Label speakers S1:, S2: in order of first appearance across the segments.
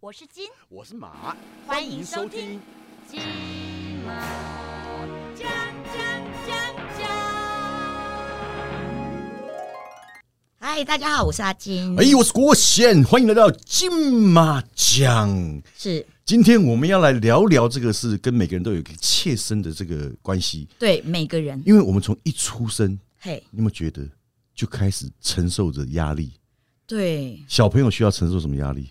S1: 我是金
S2: 我是马，
S1: 欢迎收听。金毛讲讲讲讲。嗨，大家好，我是阿金。
S2: 哎，我是郭贤，欢迎来到金马奖。
S1: 是
S2: 今天我们要来聊聊这个是跟每个人都有一个切身的这个关系，
S1: 对每个人，
S2: 因为我们从一出生，
S1: 嘿，
S2: 你有没有觉得就开始承受着压力？
S1: 对
S2: 小朋友需要承受什么压力？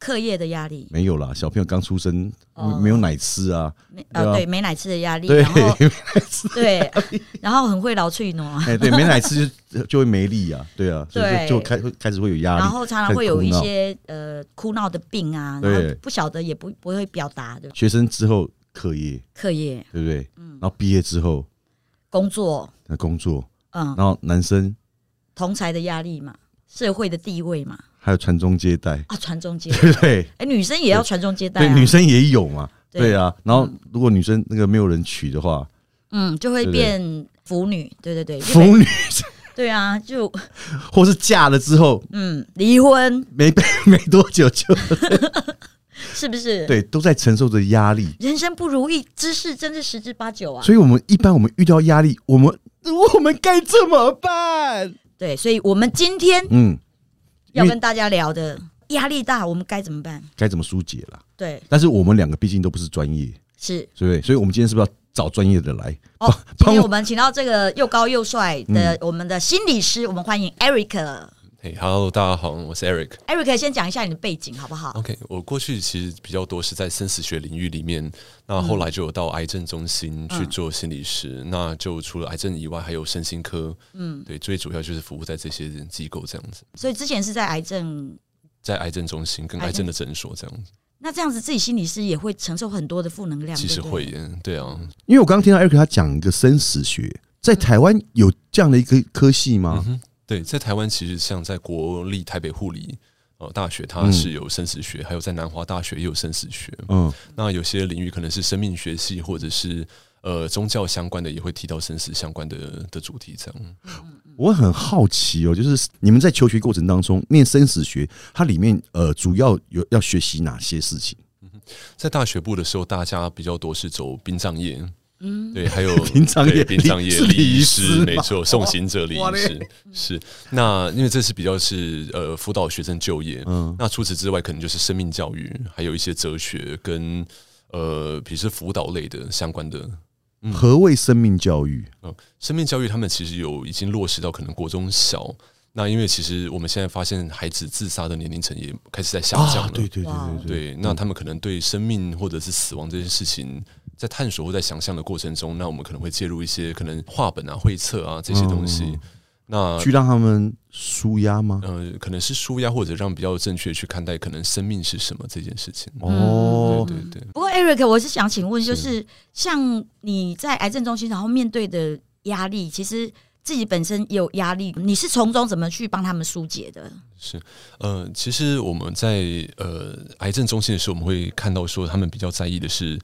S1: 课业的压力，
S2: 没有啦，小朋友刚出生，
S1: 哦
S2: 没有奶吃啊，
S1: 没
S2: 对
S1: 呃，
S2: 啊
S1: 对没奶吃的压力，
S2: 对
S1: 然后 对，然后很会劳脆挪，
S2: 哎，对，没奶吃就 就会没力啊，对啊，所以
S1: 对
S2: 就就开会开始会有压力，
S1: 然后常常会有一
S2: 开始哭闹
S1: 些呃哭闹的病啊，然
S2: 对
S1: 后不晓得也不不会表达的
S2: 学生之后课业，
S1: 课业、
S2: 对不对？
S1: 嗯
S2: 然后毕业之后
S1: 工作，
S2: 那工作，
S1: 嗯，
S2: 然后男生
S1: 同才的压力嘛，社会的地位嘛，
S2: 还有传宗接代，
S1: 啊，传宗接代，
S2: 对不对？
S1: 哎、女生也要传宗接代、
S2: 对，
S1: 啊，
S2: 女生也有嘛，
S1: 对
S2: 对啊。然后如果女生那个没有人娶的话，
S1: 嗯，就会
S2: 对不对
S1: 变腐女，对对对，
S2: 腐女
S1: 对啊，就
S2: 或是嫁了之后
S1: 嗯离婚
S2: 没没多久就
S1: 是不是？，
S2: 对，都在承受着压力。
S1: 人生不如意之事真是十之八九啊。
S2: 所以我们一般我们遇到压力，我们我们该怎么 办？
S1: 对，所以我们今天
S2: 嗯，
S1: 要
S2: 因为
S1: 跟大家聊的压力大，我们该怎么办？
S2: 该怎么疏解啦？
S1: 对，
S2: 但是我们两个毕竟都不是专业，
S1: 是
S2: 对不对？所以我们今天是不是要找专业的来？
S1: 哦。今
S2: 帮
S1: 天
S2: 我
S1: 我们请到这个又高又帅的
S2: 嗯
S1: 我们的心理师，我们欢迎 Eric。
S3: 嘿、h e l l o 大家好，我是 Eric。
S1: Eric 先讲一下你的背景好不好？
S3: OK，我过去其实比较多是在生死学领域里面，那后来就有到癌症中心去做心理师，那就除了癌症以外，还有身心科，嗯，对，最主要就是服务在这些机构这样子，
S1: 所以之前是在癌症
S3: 在癌症中心跟
S1: 癌
S3: 癌
S1: 症
S3: 症的诊所这样子，
S1: 那这样子，自己心理师也会承受很多的负能量，
S3: 其实
S1: 对不
S3: 会
S1: 对，
S3: 耶，对啊，
S2: 因为我刚刚听到 Eric 他讲一个生死学，在台湾有这样的一个科系吗？
S3: 对，在台湾其实像在国立台北护理。呃，大学它
S2: 嗯
S3: 是有生死学，还有在南华大学也有生死学。
S2: 嗯，
S3: 那有些领域可能是生命学系，或者是呃宗教相关的，也会提到生死相关的的主题这样。
S2: 我很好奇哦，就是你们在求学过程当中念生死学，它里面呃主要有要学习哪些事情？
S3: 在大学部的时候，大家比较多是走殡葬业，嗯，对，还有
S2: 殡葬业
S3: 对殡葬业
S2: 是 礼仪
S3: 仪
S2: 师
S3: 师，
S2: 吗
S3: 没错，送行者礼
S2: 哇
S3: 仪
S2: 嘞
S3: 师 是。那因为这是比较是呃辅导学生就业，嗯，那除此之外，可能就是生命教育，还有一些哲学跟呃，比如是辅导类的相关的。
S2: 何谓生命教育？
S3: 嗯，生命教育他们其实有已经落实到可能国中小。那因为其实我们现在发现孩子自杀的年龄层也开始在下降了，
S2: 啊对对对
S1: 哇
S2: 对嗯对，
S3: 对，那他们可能对生命或者是死亡这件事情，在探索或在想象的过程中，那我们可能会介入一些可能画本啊、绘册啊这些东西。
S2: 嗯
S3: 那
S2: 去让他们舒压吗？
S3: 呃，可能是舒压，或者让比较正确去看待可能生命是什么这件事情。
S2: 哦，
S3: 对对对。
S1: 不过 Eric，我是想请问，就是像你在癌症中心，然后面对的压力，其实自己本身也有压力，你是从中怎么去帮他们疏解的？
S3: 呃，其实我们在呃癌症中心的时候，我们会看到说他们比较在意的是。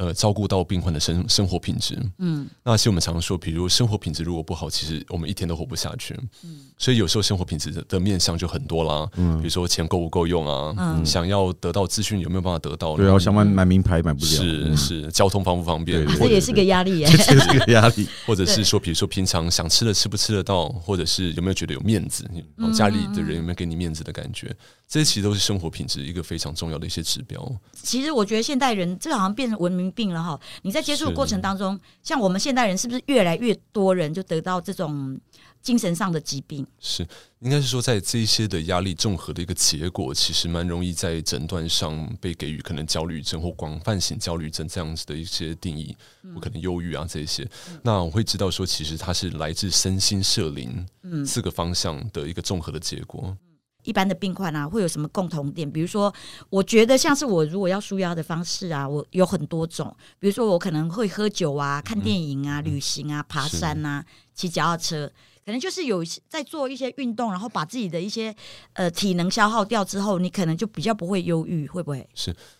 S3: 呃，照顾到病患的生生活品质，嗯，那其实我们常说，比如生活品质如果不好，其实我们一天都活不下去，嗯，所以有时候生活品质的的面向就很多啦，嗯，比如说钱够不够用啊，
S1: 嗯
S3: 想要得到资讯有没有办法得到，
S2: 对啊，我想买买名牌买不了，嗯
S3: 是是，交通方不方便，
S2: 对
S1: 啊
S2: 对
S1: 这
S3: 或者
S1: 也是个压力耶、
S2: 这是个压力。
S3: 或者是说，比如说平常想吃的吃不吃得到，或者是有没有觉得有面子，哦家里的人有没有给你面子的感觉，这些其实都是生活品质一个非常重要的一些指标。
S1: 其实我觉得现代人这个好像变成文明病了哈。你在接触的
S3: 是
S1: 过程当中，像我们现代人是不是越来越多人就得到这种精神上的疾病？
S3: 是，应该是说在这一些的压力综合的一个结果，其实蛮容易在诊断上被给予可能焦虑症或广泛型焦虑症这样子的一些定义，我可能忧郁啊这一些。那我会知道说，其实它是来自身心社灵四个方向的一个综合的结果。
S1: 一般的病患啊，会有什么共同点？比如说，我觉得像是我如果要舒压的方式啊，我有很多种，比
S2: 嗯
S1: 如说我可能会喝酒啊、看电影啊、旅行啊、爬山啊、骑脚踏车。可能就是有一些在做一些运动，然后把自己的一些呃体能消耗掉之后，你可能就比较不会忧郁，会不会？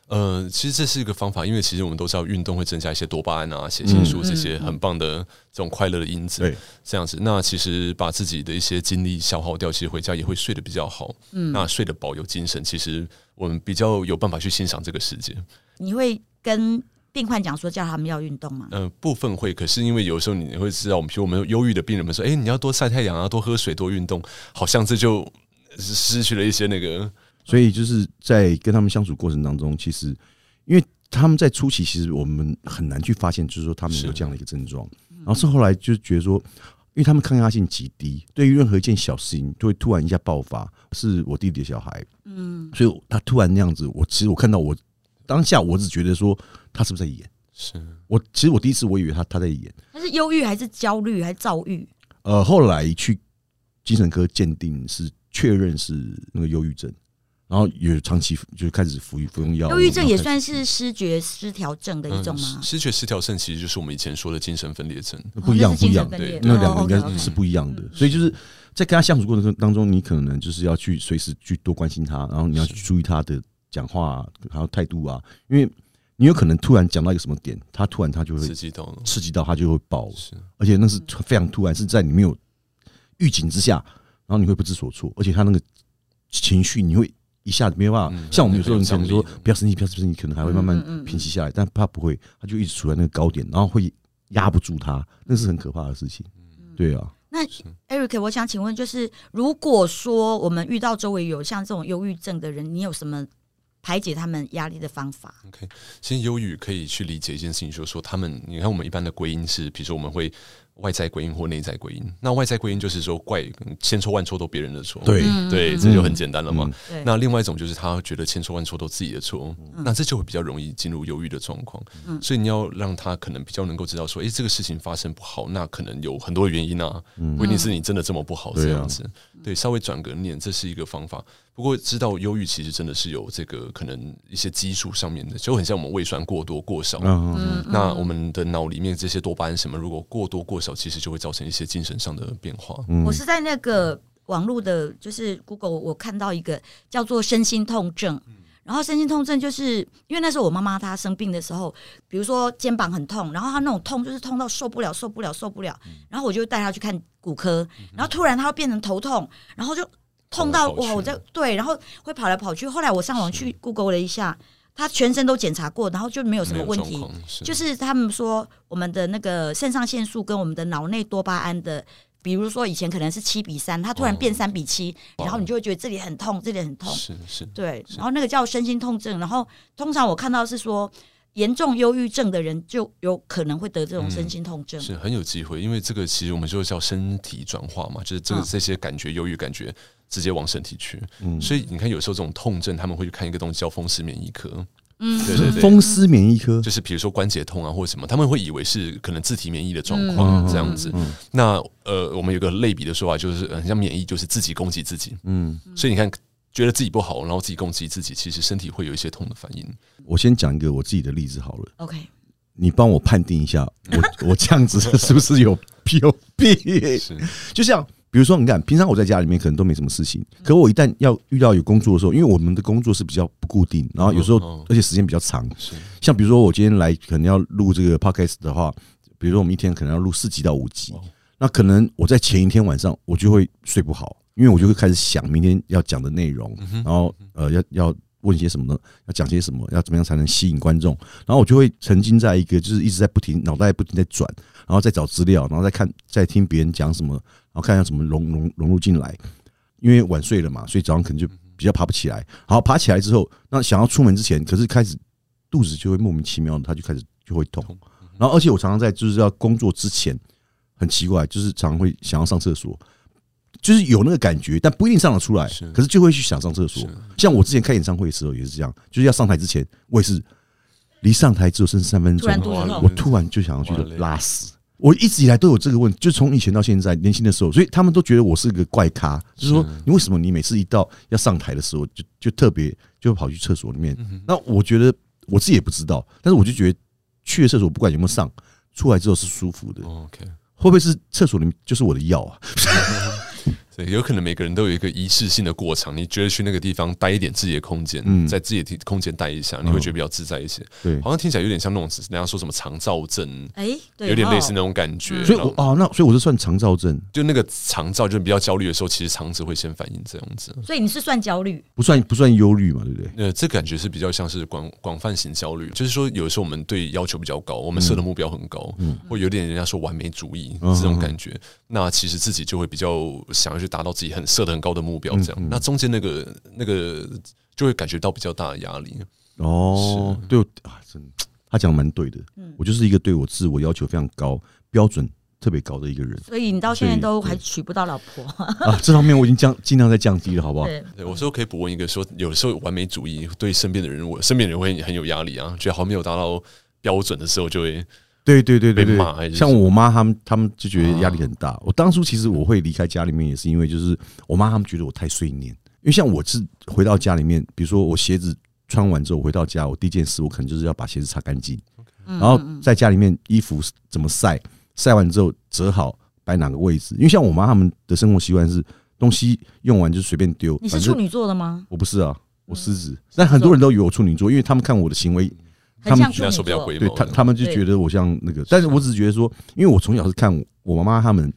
S3: 呃，其实这是一个方法，因为其实我们都知道运动会增加一些多巴胺啊、血清
S1: 嗯
S3: 素这些很棒的这种快乐的因子。
S2: 对，
S3: 这样子，那其实把自己的一些精力消耗掉，其实回家也会睡得比较好。嗯，那睡得饱有精神，其实我们比较有办法去欣赏这个世界。
S1: 你会跟病患讲说叫他们要运动吗？
S3: 呃，部分会，可是因为有时候你会知道，我们比如我们有忧郁的病人们说，哎、你要多晒太阳啊，多喝水，多运动，好像这就失去了一些那个。
S2: 所以就是在跟他们相处过程当中，其实因为他们在初期，其实我们很难去发现，就是说他们
S3: 是
S2: 有这样的一个症状。然后是后来就觉得说，因为他们抗压性极低，对于任何一件小事情都会突然一下爆发。是我弟弟的小孩，嗯，所以他突然那样子，我其实我看到我当下，我只觉得说他是不是在演？
S3: 是，
S2: 我其实我第一次我以为他他在演，
S1: 他是忧郁还是焦虑还是躁郁？
S2: 呃，后来去精神科鉴定是确认是那个忧郁症，然后有长期就开始服服用药。
S1: 忧郁症也
S2: 然后
S1: 算
S2: 开
S1: 是失觉失调症的一种吗
S3: 嗯？失觉失调症其实就是我们以前说的精神分裂症。
S2: 始不一样，
S1: 哦
S2: 不一样，
S1: 那是精神分裂
S2: 那两
S1: 哦
S2: 个应该
S1: OK，OK 嗯
S2: 是不一样的。所以就是在跟他相处过程当中，你可能就是要去随时去多关心他，然后你要去注意他的讲话、啊，还有态度啊，因为你有可能突然讲到一个什么点，他突然他就会
S3: 刺激到了，
S2: 刺激到他就会爆，
S3: 是
S2: 而且那是
S1: 嗯
S2: 非常突然，是在你没有预警之下，然后你会不知所措，而且他那个情绪你会一下子没有办法
S3: 嗯，
S2: 像我们有时候人可能说
S3: 很有张力
S2: 不要生气，不要生气，可能还会慢
S1: 嗯嗯嗯
S2: 慢平息下来，但他不会，他就一直处在那个高点，然后会压不住他，那是很可怕的事情。
S3: 嗯
S2: 对啊，
S1: 那
S3: 是
S1: Eric，我想请问，就是如果说我们遇到周围有像这种忧郁症的人，你有什么排解他们压力的方法？
S3: 其实忧郁可以去理解一件事情，就是说他们，你看我们一般的归因是，比如说我们会外在归因或内在归因。那外在归因就是说怪千错万错都别人的错，
S2: 对
S3: 对，这就很简单了嘛。
S2: 嗯
S1: 对，嗯
S3: 那另外一种就是他觉得千错万错都自己的错，那这就会比较容易进入忧郁的状况。所以你要让他可能比较能够知道说，诶，这个事情发生不好，那可能有很多原因啊，不一定是你真的这么不好
S2: 嗯对啊
S3: 这样子。对，稍微转个念，这是一个方法。不过知道忧郁其实真的是有这个可能一些激素上面的，就很像我们胃酸过多过少。
S2: 嗯嗯，嗯
S3: 那我们的脑里面这些多巴胺什么，如果过多过少，其实就会造成一些精神上的变化。
S1: 我是在那个网络的，就是 Google，我看到一个叫做身心痛症。
S3: 嗯
S1: 然后身心痛症就是因为那时候我妈妈她生病的时候，比如说肩膀很痛，然后她那种痛就是痛到受不了、受不了、受不
S3: 嗯
S1: 了，然后我就带她去看骨科，然后突然她会变成头痛，然后就痛到
S3: 跑嗯来跑
S1: 哇，
S3: 去
S1: 我在对，然后会跑来跑去。后来我上网去 Google 了一下，她全身都检查过，然后就没有什
S3: 没
S1: 么
S3: 有
S1: 问
S3: 状
S1: 题，
S3: 况是
S1: 就是他们说我们的那个肾上腺素跟我们的脑内多巴胺的，比如说以前可能是七比三，它突然变三比七、
S3: 哇
S1: 然后你就会觉得这里很痛，这里很痛，
S3: 哦是是
S1: 对，然后那个叫身心痛症。然后通常我看到是说，严重忧郁症的人就有可能会得这种身心痛症。
S3: 嗯是很有机会，因为这个其实我们就叫身体转化嘛，就是这个
S1: 嗯
S3: 这些感觉、忧郁感觉直接往身体去。
S2: 嗯
S3: 所以你看，有时候这种痛症，他们会去看一个东西叫风湿免疫科，
S1: 嗯，
S3: 对对对
S2: 风湿免疫科
S3: 就是比如说关节痛啊或者什么，他们会以为是可能自体免疫的状
S2: 嗯
S3: 况这样子。那呃，我们有个类比的说法，就是呃很像免疫，就是自己攻击自己。嗯，所以你看。觉得自己不好，然后自己攻击自己，其实身体会有一些痛的反应。
S2: 我先讲一个我自己的例子好了，
S1: OK，
S2: 你帮我判定一下，我我这样子是不是有 有病？
S3: 是，
S2: 就像比如说，你看，平常我在家里面可能都没什么事情，可我一旦要遇到有工作的时候，因为我们的工作是比较不固定，然后有时
S3: 嗯
S2: 候
S3: 嗯
S2: 而且时间比较长
S3: 是，
S2: 像比如说我今天来可能要录这个 podcast 的话，比如说我们一天可能要录四集到五集
S3: 哇，
S2: 那可能我在前一天晚上我就会睡不好，因为我就会开始想明天要讲的内容，然后呃要要问些什么呢？要讲些什么？要怎么样才能吸引观众？然后我就会沉浸在一个就是一直在不停脑袋不停在转，然后再找资料，然后再看再听别人讲什么，然后看要怎么融融融入进来。因为晚睡了嘛，所以早上可能就比较爬不起来。好，爬起来之后，那想要出门之前，可是开始肚子就会莫名其妙的，它就开始就会痛。然后，而且我常常在就是要工作之前，很奇怪，就是常常会想要上厕所，就是有那个感觉，但不一定上得出来
S3: 是，
S2: 可是就会去想上厕所
S3: 是。
S2: 像我之前开演唱会的时候也是这样，就是要上台之前，我也是离上台只有剩三分
S1: 突
S2: 钟哦
S1: 然，肚子
S3: 哇
S1: 痛
S2: 我，突然就想要去
S3: 哇嘞
S2: 拉屎。我一直以来都有这个问题，就从以前到现在，年轻的时候，所以他们都觉得我是个怪咖，就是说你为什么你每次一到要上台的时候，就就特别就跑去厕所里面？那我觉得我自
S3: 哦
S2: 己也不知道，但是我就觉得去了厕所，不管有没有上，出来之后是舒服的，
S3: OK，
S2: 会不会是厕所里面就是我的药啊？
S3: 对，有可能每个人都有一个一致性的过场，你觉得去那个地方待一点自己的空间，
S2: 嗯
S3: 在自己的空间待一下，你会觉得比较自在一些。
S2: 对，
S3: 好像听起来有点像那种人家说什么肠燥症，
S1: 哎、对，
S3: 有点类似
S1: 哦
S3: 那种感觉。
S2: 所以
S3: 然后
S2: 我哦，那所以我是算肠燥症，
S3: 就那个肠燥，就是比较焦虑的时候，其实肠子会先反应这样子。
S1: 所以你是算焦虑，
S2: 不算不算忧虑嘛，对不对？
S3: 呃，这感觉是比较像是广广泛型焦虑，就是说有时候我们对要求比较高，我们设的目标很高，会有点人家说完美主义
S2: 嗯
S3: 这种感觉。那其实自己就会比较想要去达到自己很设的很高的目标，
S2: 嗯
S3: 这样。那中间那个那个就会感觉到比较大的压力。
S2: 哦，对我啊，真的他讲得蛮对的，我就是一个对我自我要求非常高、标准特别高的一个人
S1: 所以你到现在
S2: 所以
S1: 都
S2: 对
S1: 还娶不到老婆。
S2: 啊。这方面我已经降尽量在降低了，好不好？
S1: 对，
S3: 对，呃我说可以补问一个说，有时候完美主义对身边的人，我身边的人会很有压力啊，觉得好像没有达到标准的时候，就会
S2: 对对对对
S3: 被骂还
S2: 对，
S3: 是啊
S2: 像我妈他们，他们就觉得压力很大。我当初其实我会离开家里面，也是因为就是我妈他们觉得我太碎念，因为像我是回到家里面，比如说我鞋子穿完之后我回到家，我第一件事我可能就是要把鞋子擦干净，
S1: 然
S2: 然后
S1: 嗯
S2: 在家里面衣服怎么晒，晒完之后折好摆哪个位置。因为像我妈他们的生活习惯是东西用完就随便丢，
S1: 你是
S2: 反
S1: 处
S2: 正
S1: 女座的吗？嗯
S2: 我不是啊，我狮子，但很多人都以为我处女座，因为他们看我的行为
S1: 很像处
S3: 人家
S1: 女
S3: 说比较
S1: 座。
S3: 龟
S2: 对
S3: 毛
S2: 他
S3: 的。
S2: 他们就觉得我像那个，但是我只是觉得说，因为我从小是看我妈妈他们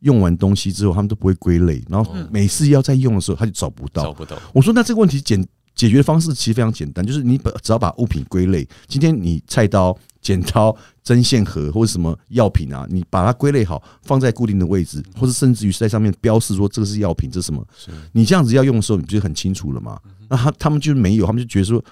S2: 用完东西之后，他们都不会归类，然后
S3: 嗯
S2: 每次要再用的时候，他就找不
S3: 找
S2: 到。
S3: 不到，
S2: 我说那这个问题简解决方式其实非常简单，就是你把只要把物品归类，今天你菜刀、剪刀、针线盒或者什么药品啊，你把它归类好，放在固定的位置，或者甚至于是在上面标示说这个是药品，这是什么
S3: 是，
S2: 你这样子要用的时候，你不就很清楚了嘛？那他他们就没有，他们就觉得说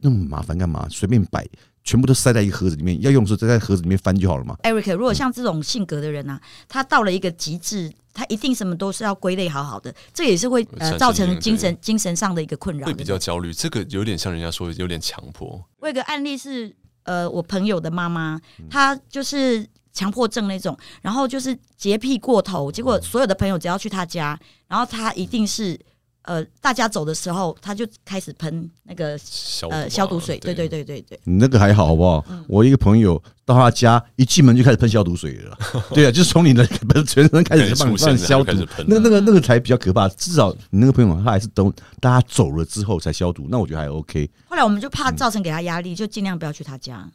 S2: 那么麻烦干嘛？随便摆，全部都塞在一个盒子里面，要用的时候再在盒子里面翻就好了嘛。
S1: Eric，如果像这种性格的人啊，他到了一个极致，他一定什么都是要归类好好的，这也是会呃
S3: 产生
S1: 造成
S3: 影响
S1: 精神精神上的一个困扰
S3: 会。比较焦虑，这个有点像人家说有点强迫，
S1: 我有个案例是，呃，我朋友的妈妈，
S3: 嗯
S1: 她就是强迫症那种，然后就是洁癖过头，
S3: 哦
S1: 结果所有的朋友只要去她家，然后她一定是。呃，大家走的时候，她就开始喷那个
S3: 消毒啊
S1: 呃消毒水，对对，对对对，
S2: 你那个还好好不好？我一个朋友到他家一进门就开始喷消毒水了，对啊，就是从你的不是全身开始帮你帮你消毒
S3: 开始喷，
S2: 那个那个那个才比较可怕。至少你那个朋友他还是等大家走了之后才消毒，那我觉得还 OK。
S1: 后来我们就
S3: 嗯
S1: 怕造成给他压力，就尽量不要去他家。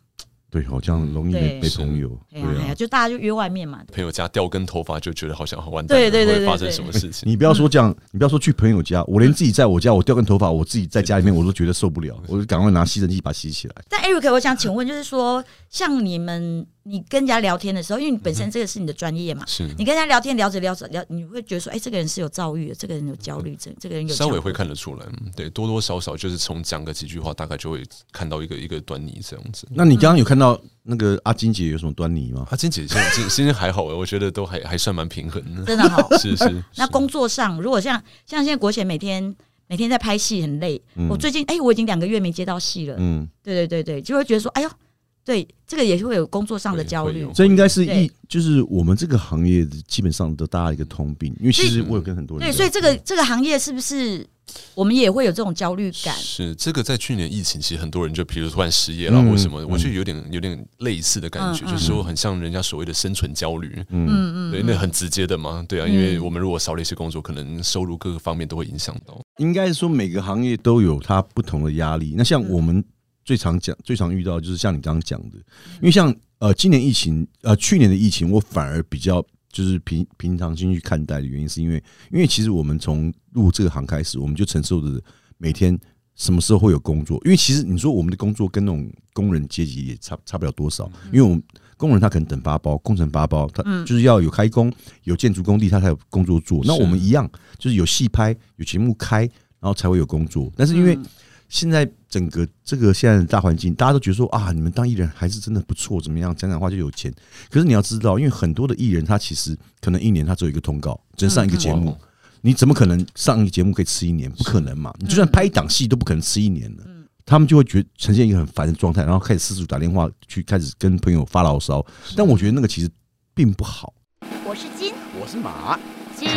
S2: 对，好像容易
S1: 对
S2: 没没
S3: 是
S2: 朋友，
S1: 哎
S2: 对
S1: 呀哎呀，
S2: 啊。
S1: 就大家就约外面嘛。
S3: 朋友家掉根头发就觉得好像好完蛋
S1: 对
S3: 了，
S1: 对对对
S3: 会发生什么事情？
S2: 你不要说这样，你不要说去朋友家，我连自己在我家，我掉根头发，我自己在家里面我都觉得受不了，我就赶快拿吸尘器把它吸起来。
S1: 但 Eric，我想请问，就是说，像你们，你跟人家聊天的时候，因为你本
S3: 嗯
S1: 身这个是你的专业嘛，
S3: 是
S1: 你跟人家聊天聊着聊着聊，你会觉得说，哎、这个人是有躁郁的，这个人有焦虑症，这个人有
S3: 稍微
S1: 强
S3: 会看得出来，嗯对，多多少少就是从讲个几句话，大概就会看到一个一个端倪这样子。
S2: 那你刚刚有看到那个阿金姐有什么端倪吗？
S3: 啊，金姐今今今天还好欸，我觉得都还还算蛮平衡 的，
S1: 真的好。
S3: 是是。
S1: 那
S3: 是
S1: 工作上，如果像像现在国贤每天每天在拍戏，很累。
S3: 嗯
S1: 我最近哎、我已经两个月没接到戏了。
S2: 嗯，
S1: 对对对对，就会觉得说，哎呦，对，这个也会有工作上的
S3: 会
S1: 焦
S3: 会
S1: 虑
S3: 有。
S2: 这应该是一
S1: 对
S2: 就是我们这个行业基本上的大家一个通病，因为其
S1: 所
S2: 实我有跟很多人
S1: 对，所以这个
S3: 嗯
S1: 这个行业是不是我们也会有这种焦虑感？
S3: 是这个，在去年疫情，其实很多人就比如突然失业了
S2: 嗯
S3: 或什么，
S2: 嗯
S3: 我就有点有点类似的感觉，
S1: 嗯嗯
S3: 就是说很像人家所谓的生存焦虑，
S2: 嗯，
S3: 对，那很直接的嘛，对啊，
S1: 嗯
S3: 因为我们如果少了一些工作，可能收入各个方面都会影响到。
S2: 应该是说每个行业都有它不同的压力。那像我们最常讲、最常遇到的就是像你刚刚讲的，因为像呃今年疫情，呃去年的疫情，我反而比较就是平平常心去看待的原因，是因为因为其实我们从入这个行开始，我们就承受着每天什么时候会有工作？因为其实你说我们的工作跟那种工人阶级也差差不了多少，因为我们工人他可能等发包，工程发包，他就是要有开工，有建筑工地，他才有工作做。那
S3: 是
S2: 我们一样，就是有戏拍，有节目开，然后才会有工作。但是因
S1: 嗯
S2: 为现在整个这个现在的大环境，大家都觉得说啊，你们当艺人还是真的不错，怎么样讲讲话就有钱。可是你要知道，因为很多的艺人他其实可能一年他只有一个通告，只能上一个节目。你怎么可能上一个节目可以吃一年？不可能嘛！你就算拍一档戏都不可能吃一年的。他们就会觉得呈现一个很烦的状态，然后开始四处打电话去开始跟朋友发牢骚。但我觉得那个其实并不好。
S4: 我是金，
S5: 我是马，
S4: 金